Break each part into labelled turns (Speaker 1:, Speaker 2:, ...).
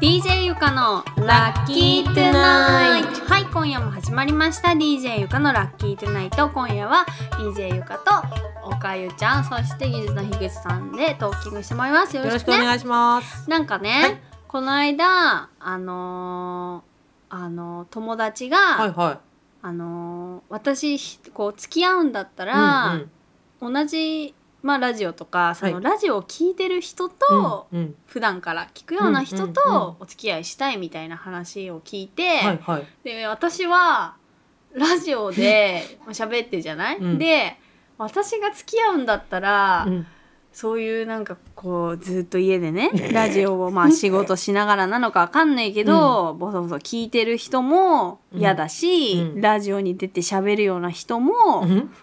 Speaker 1: DJ ゆかのラッキートゥナイトはい今夜も始まりました DJ ゆかのラッキートゥナイト今夜は DJ ゆかとおかゆちゃんそして技術の樋口さんでトーキングしてもらいますよ
Speaker 2: よ
Speaker 1: ろ
Speaker 2: ろ
Speaker 1: し
Speaker 2: し
Speaker 1: く
Speaker 2: く
Speaker 1: ね
Speaker 2: お願いします。
Speaker 1: なんかね、
Speaker 2: はい
Speaker 1: この間あのーあのー友達が、
Speaker 2: はいは
Speaker 1: あのー私ひこう付き合うんだった
Speaker 2: い。
Speaker 1: ら、
Speaker 2: うん
Speaker 1: 同じまあラジオとかその、
Speaker 2: はい
Speaker 1: ラジオを聞いてる人と、
Speaker 2: うんうん
Speaker 1: 普段から聞くような人
Speaker 2: うんうんうん
Speaker 1: とお付き合いしたいみたいな話を聞いて、
Speaker 2: はいはい。
Speaker 1: で私はラジオ で喋ってじゃない、
Speaker 2: うん
Speaker 1: で私が付き合うんだったら、
Speaker 2: うん
Speaker 1: そういうなんかこうずっと家で ねラジオをまあ仕事しながらなのかわかんないけど、ボソボソ聞いてる人も嫌だし、
Speaker 2: うんうん
Speaker 1: ラジオに出て喋るような人も
Speaker 2: うん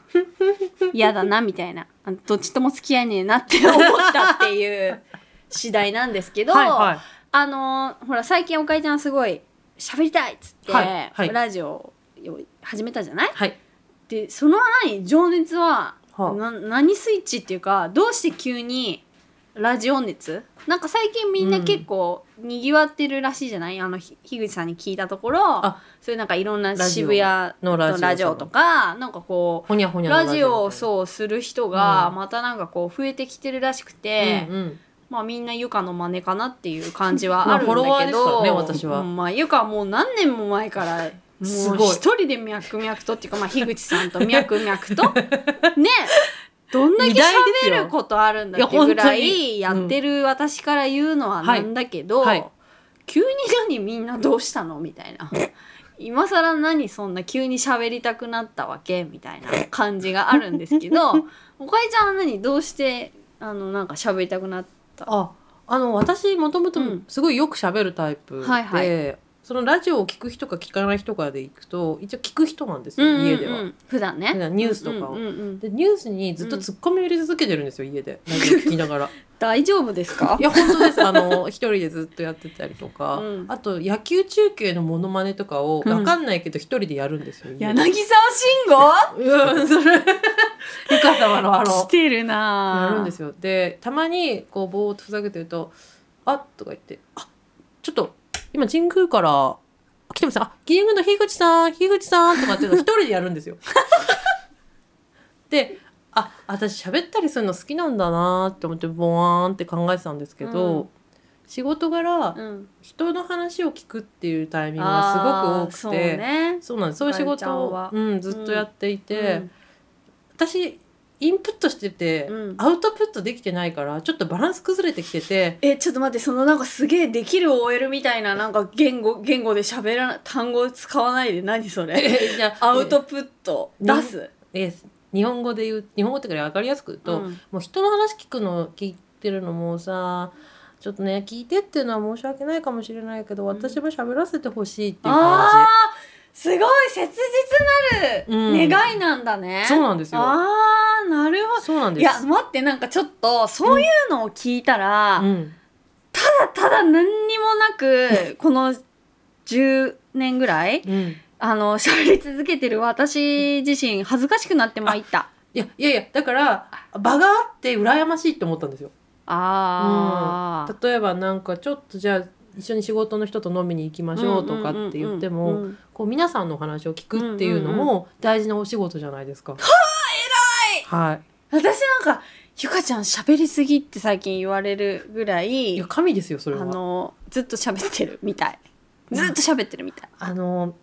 Speaker 1: 嫌だなみたいなあのどっちとも付き合えねえなって思ったっていう次第なんですけど、
Speaker 2: はいはい。
Speaker 1: あのーほら最近おかえちゃんすごい喋りたいっつって、
Speaker 2: はいはい
Speaker 1: ラジオを始めたじゃない
Speaker 2: はい。
Speaker 1: でその何情熱は、
Speaker 2: はあ
Speaker 1: な何スイッチっていうかどうして急にラジオ熱なんか最近みんな結構にぎわってるらしいじゃない、あのひ樋口さんに聞いたところ
Speaker 2: あ
Speaker 1: そういうなんかいろんな
Speaker 2: ラジオ
Speaker 1: 渋谷
Speaker 2: のラジ
Speaker 1: の
Speaker 2: オ。
Speaker 1: ラジオと。かなんかこう
Speaker 2: ほにゃほにゃの
Speaker 1: ラジオを
Speaker 2: う。
Speaker 1: そうする人が
Speaker 2: うん
Speaker 1: またなんかこう増えてきてるらしくて、
Speaker 2: うんうん。
Speaker 1: まあみんなゆかの真似かなっていう感じはあるんだけど、
Speaker 2: まあフォロワーですからね私は
Speaker 1: うんまあゆかはもう何年も前からもう
Speaker 2: すごい
Speaker 1: 一人で脈々とっていうかまあ樋口さんと脈々と ねどんだけ
Speaker 2: 偉大ですよ
Speaker 1: 喋ることあるんだっていうぐらい
Speaker 2: い
Speaker 1: や
Speaker 2: や本当に
Speaker 1: ってる私から言うのはなんだけど、
Speaker 2: うんはいはい
Speaker 1: 急に何みんなどうしたのみたいな。今更何そんな急に喋りたくなったわけみたいな感じがあるんですけ どおかえちゃんは何どうしてあのなんか喋りたくなった
Speaker 2: あ、あの私もともと
Speaker 1: うん
Speaker 2: すごいよく喋るタイプ
Speaker 1: はいは
Speaker 2: で、そのラジオを聞く人か聞かない人かでいくと、一応聞く人なんです
Speaker 1: うんうんう
Speaker 2: よ
Speaker 1: ん
Speaker 2: 家では。
Speaker 1: 普段ね
Speaker 2: 普段ニュースとか
Speaker 1: う
Speaker 2: を
Speaker 1: んうんうん
Speaker 2: でニュースにずっと突っ込みを入れ続けてるんですよ家 でラジオ聞きながら。
Speaker 1: 大丈夫ですか
Speaker 2: いや本当ですあの 一人でずっとやってたりとか、
Speaker 1: うん
Speaker 2: あと野球中継のモノマネとかを
Speaker 1: うん
Speaker 2: わかんないけど一人でやるんですよ、家で
Speaker 1: 柳沢慎吾
Speaker 2: うんそれゆか様のあ
Speaker 1: 来
Speaker 2: の
Speaker 1: てるな
Speaker 2: やるんですすよでたまにこうぼーっとふざけてると「あとか言って「あちょっと今神宮から来てますあ神宮の樋口さん樋口さん」とかっていうのを一人でやるんですよ。であ私喋ったりするの好きなんだなーって思ってボワーンって考えてたんですけど、
Speaker 1: うん
Speaker 2: 仕事柄
Speaker 1: うん
Speaker 2: 人の話を聞くっていうタイミングがすごく
Speaker 1: あーそう
Speaker 2: 多くて
Speaker 1: ね
Speaker 2: そうなんですそういう仕
Speaker 1: おかゆちゃ
Speaker 2: 事
Speaker 1: ん
Speaker 2: を
Speaker 1: は、
Speaker 2: うん、ずっとやっていて、
Speaker 1: うん
Speaker 2: 私インプットしてて、
Speaker 1: うん
Speaker 2: アウトプットできてないからちょっとバランス崩れてき てて
Speaker 1: えちょっと待ってそのなんかすげえできる OL みたいななんか言語言語で喋らな単語使わないで何それ
Speaker 2: じゃあ
Speaker 1: アウトプット出す、
Speaker 2: ええ日本語で言う日本語ってから分かりやすく言うと、
Speaker 1: うん
Speaker 2: もう人の話聞くの聞いてるのもさちょっとね聞いてっていうのは申し訳ないかもしれないけど私も喋らせてほしいっていう
Speaker 1: あ
Speaker 2: 感
Speaker 1: あすごい切実な
Speaker 2: う
Speaker 1: る
Speaker 2: ん
Speaker 1: 願いなんだね、
Speaker 2: じ、そうなんですよ
Speaker 1: ああなるほど
Speaker 2: そうなんで
Speaker 1: いや
Speaker 2: す
Speaker 1: 待ってなんかちょっとそういうのを聞いたら、
Speaker 2: うん、
Speaker 1: ただただ何にもなくこの10年ぐらい
Speaker 2: うん
Speaker 1: あの喋り続けてる私自身恥ずかしくなってまいった
Speaker 2: いやいやいやだから場があって羨ましいって思ったんですよ
Speaker 1: あー、
Speaker 2: 例えばなんかちょっとじゃあ一緒に仕事の人と飲みに行きましょうとかって言って
Speaker 1: うんうんうん
Speaker 2: も
Speaker 1: うん
Speaker 2: こう皆さんのお話を聞くっていうのも大事なお仕事じゃないですか。はあ偉いは
Speaker 1: 私なんかゆかちゃん喋りすぎって最近言われるぐら
Speaker 2: い。い
Speaker 1: い
Speaker 2: や
Speaker 1: あ
Speaker 2: 神ですよそれは。あの
Speaker 1: のずっと喋ってるみたいずっと喋ってるみたい、
Speaker 2: なん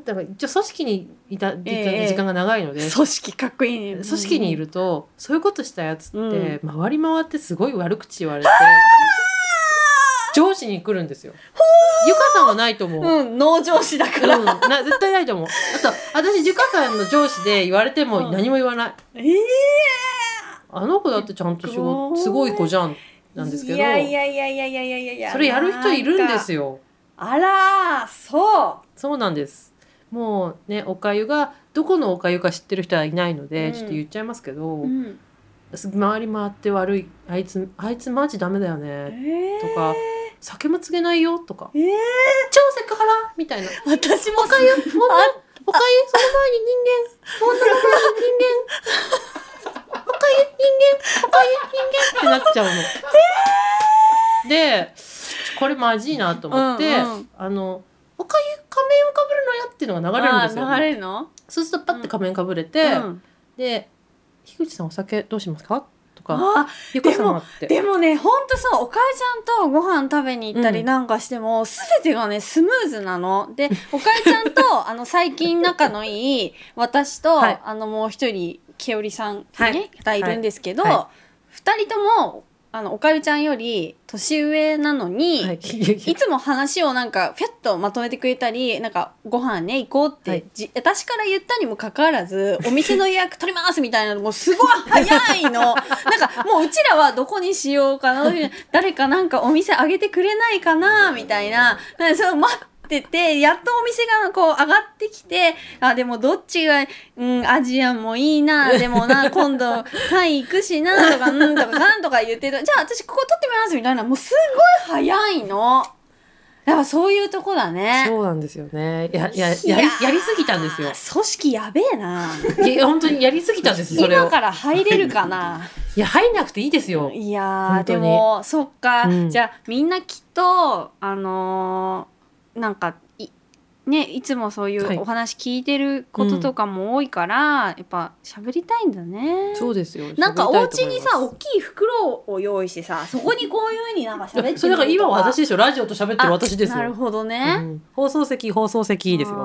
Speaker 2: ていうか一応組織にいた時
Speaker 1: ええ
Speaker 2: 間時間が長いので、
Speaker 1: 組織かっこいいね
Speaker 2: 組織にいるとそういうことしたやつって回り回ってすごい悪口言われて上司に来るんですよ。ゆかさんはないと思う。
Speaker 1: うん農場師だから、
Speaker 2: うん、な絶対ないと思う。あと、私、ジュカさんの上司で言われて
Speaker 1: う
Speaker 2: も
Speaker 1: ん
Speaker 2: 何も言わない。
Speaker 1: ええ
Speaker 2: あの子だってちゃんと仕
Speaker 1: すごい
Speaker 2: 事、すごい子じゃん、なんですけど、
Speaker 1: いやいやいやいやいやいやいやいや
Speaker 2: それやる人いるんです
Speaker 1: よ
Speaker 2: よ。
Speaker 1: あらーそ
Speaker 2: そうなんです。もうね、おかゆが、どこのおかゆか知ってる人はいないので、
Speaker 1: うん
Speaker 2: ちょっと言っちゃいますけ
Speaker 1: う、
Speaker 2: ど、
Speaker 1: ん、
Speaker 2: 回り回って悪い、あいつ、あいつマジダメだよ
Speaker 1: え
Speaker 2: ね。
Speaker 1: ー
Speaker 2: とか酒もつげないよ、とか。
Speaker 1: えー、
Speaker 2: 超セクハラみたいな。
Speaker 1: 私も
Speaker 2: おかゆ、もう、おかゆ、その前に人間、女の前に人間、おかゆ、人間、おかゆ、人間ってなっちゃうの。で、これマジいなと思って、
Speaker 1: うんうん
Speaker 2: あの「おかゆ仮面をかぶるのよ」っていうのが流れるんですよ、
Speaker 1: あー流れるの
Speaker 2: そうするとパッて仮面かぶれて、
Speaker 1: うん
Speaker 2: で「樋口さんお酒どうしますか?」とか
Speaker 1: あ
Speaker 2: 「ゆか様」って
Speaker 1: でもねほんとそうおかゆちゃんとご飯食べに行った
Speaker 2: う
Speaker 1: り
Speaker 2: ん
Speaker 1: なんかしても、全てがねスムーズなのでおかゆちゃん とあの最近仲のいい私と、
Speaker 2: はい
Speaker 1: あのもう一人けおりさんね、
Speaker 2: はい
Speaker 1: がいるんですけど、
Speaker 2: はい
Speaker 1: 二人ともあのおかゆちゃんより年上なのに、
Speaker 2: はいい、いやいや
Speaker 1: つも話をなんかフィャッとまとめてくれたりなんかご飯ね行こうって、
Speaker 2: はい
Speaker 1: じ私から言ったにもかかわら ずお店の予約取りますみたいなのもすごい早いの なんかもううちらはどこにしようかな誰かなんかお店あげてくれないかなみたいななんかその待っててやっとお店がこう上がってきてあでもどっちが、うん、アジアンもいいなでも な今度タイ行くしなとかうんとかかんとか言ってるじゃあ私ここ取ってみますみたいなもうすごい早いの。だからそういうとこだね。
Speaker 2: そうなんですよねやややり
Speaker 1: い
Speaker 2: や
Speaker 1: ー
Speaker 2: りすぎたんですよ
Speaker 1: 組織やべえな。
Speaker 2: いや本当にやりすぎたんですそれ
Speaker 1: 今
Speaker 2: を
Speaker 1: から入れるか な。
Speaker 2: いや入んなくていいですよ
Speaker 1: いやー
Speaker 2: 本当
Speaker 1: で
Speaker 2: に
Speaker 1: もそっか、
Speaker 2: うん
Speaker 1: じゃあみんなきっとあのーなんかいねいつもそうい
Speaker 2: はいう
Speaker 1: お話聞いてることとかも多いから、やっぱ喋りたいんだね。
Speaker 2: そうですよ
Speaker 1: なんかお
Speaker 2: 喋りたい
Speaker 1: 家
Speaker 2: と思い
Speaker 1: に
Speaker 2: ます
Speaker 1: さ大きい袋を用意してさそこにこういうふうになんか喋ってみるとか
Speaker 2: それだから今は私でしょラジオと喋ってる私です
Speaker 1: あなる
Speaker 2: よ、
Speaker 1: ほど
Speaker 2: う
Speaker 1: ね。
Speaker 2: ん、放送席放送席いいですよは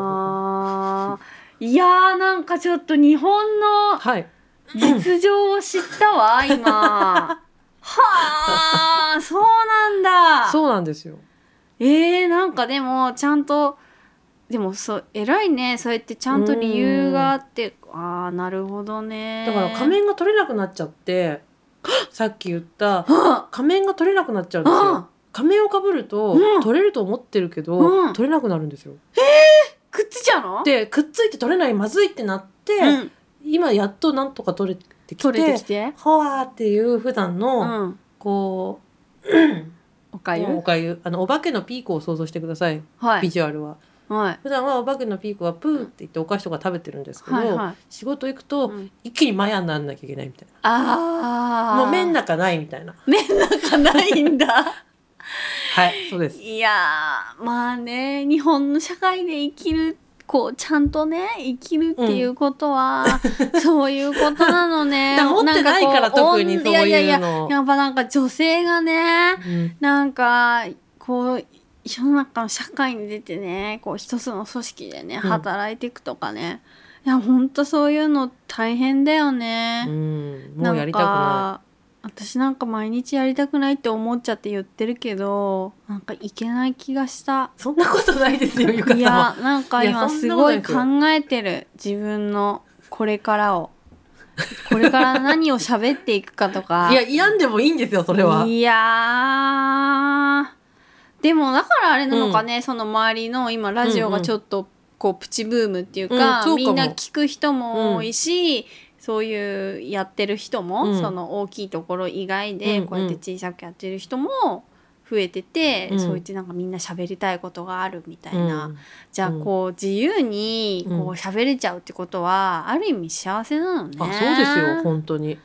Speaker 1: あーいやーなんかちょっと日本の
Speaker 2: い
Speaker 1: 実情を知った わ今はあそうなんだ
Speaker 2: そうなんですよ
Speaker 1: えー、なんかでもちゃんとでもそう偉いねそうやってちゃんと理由があってああなるほどね
Speaker 2: だから仮面が取れなくなっちゃってさっき言った
Speaker 1: あ
Speaker 2: 仮面が取れなくなっちゃうんですよ
Speaker 1: あ
Speaker 2: 仮面をかぶると、
Speaker 1: うん
Speaker 2: 取れると思ってるけど、
Speaker 1: うん
Speaker 2: 取れなくなるんですよ
Speaker 1: くっついちゃうの
Speaker 2: でくっついて取れないまずいってなって、
Speaker 1: うん、
Speaker 2: 今やっとなんとか取れてきて
Speaker 1: 取れてきて
Speaker 2: ほわーっていう普段
Speaker 1: う
Speaker 2: の、
Speaker 1: ん
Speaker 2: こ
Speaker 1: お
Speaker 2: う
Speaker 1: かゆ
Speaker 2: おかゆあのお化けのピークを想像してください
Speaker 1: は
Speaker 2: ビ
Speaker 1: い
Speaker 2: ジュアルは
Speaker 1: はい
Speaker 2: 普段はお化けのピークはプーって言ってお菓子とか食べてるんですけど、
Speaker 1: はいはい
Speaker 2: 仕事行くと、
Speaker 1: うん
Speaker 2: 一気にマヤにならなきゃいけないみたい
Speaker 1: あ
Speaker 2: な
Speaker 1: あ
Speaker 2: もう麺なんかないみたいな
Speaker 1: 麺なんかないんだ
Speaker 2: はいそうです
Speaker 1: いやーまあね日本の社会で生きるこうちゃんとね生きるっていうことは、そういうことなのね
Speaker 2: だから持ってないから
Speaker 1: んこう
Speaker 2: 特にそう
Speaker 1: やや
Speaker 2: い
Speaker 1: や
Speaker 2: うの
Speaker 1: やっぱなんか女性がね
Speaker 2: うん
Speaker 1: なんかこう世の中の社会に出てねこう一つの組織でね
Speaker 2: うん
Speaker 1: 働いていくとかね、いやほんとそういうの大変だよね。
Speaker 2: うんもうやりたくなん
Speaker 1: か私なんか毎日やりたくないって思っちゃって言ってるけどなんかいけない気がした
Speaker 2: いそんなことないですよゆか
Speaker 1: い
Speaker 2: 様
Speaker 1: やなんか
Speaker 2: いや
Speaker 1: 今
Speaker 2: そん
Speaker 1: す
Speaker 2: なこと
Speaker 1: ご
Speaker 2: ない
Speaker 1: い
Speaker 2: です
Speaker 1: 考
Speaker 2: よ
Speaker 1: えてる自分のこれからをこれから何を喋っていくかとか
Speaker 2: いや病んでもいいんですよそれはい
Speaker 1: やーでもだからあれなのかね、その周りの今ラジオがちょっとこうプチブームっていう
Speaker 2: うん
Speaker 1: か,、
Speaker 2: そうかも
Speaker 1: みんな聞く人も多いし、そういうやってる人も、
Speaker 2: うん
Speaker 1: その大きいところ以外
Speaker 2: うん
Speaker 1: で
Speaker 2: うん
Speaker 1: こうやって小さくやってる人も増えてて、
Speaker 2: うん
Speaker 1: そう言ってなんかみんな喋りたいことがあるみたいな、
Speaker 2: うん
Speaker 1: じゃあこう自由にこう
Speaker 2: うん
Speaker 1: 喋れちゃうってことはある意味幸せなのね。
Speaker 2: あそうですよ本当に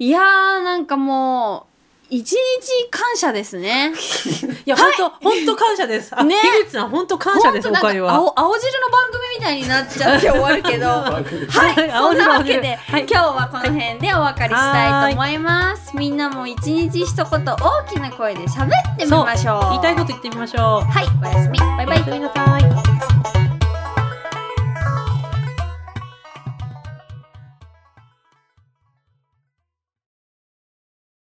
Speaker 1: いやーなんかもう一日感謝です ね。
Speaker 2: いや本当本当感謝ですあ
Speaker 1: ね
Speaker 2: 樋口さん本当感謝です
Speaker 1: ほ
Speaker 2: お
Speaker 1: んと
Speaker 2: かゆ
Speaker 1: なん
Speaker 2: は
Speaker 1: か青青汁の番組みたいになっちゃって終わるけど はいそん
Speaker 2: 青
Speaker 1: な
Speaker 2: 汁
Speaker 1: わけで、
Speaker 2: 青汁はい
Speaker 1: 今日はこの辺でお別れしたいと思います。みんなも一日一言大きな声で喋ってみましょう。
Speaker 2: 言いたいこと言ってみましょう
Speaker 1: はいおやすみバイバイ
Speaker 2: おやすみなさい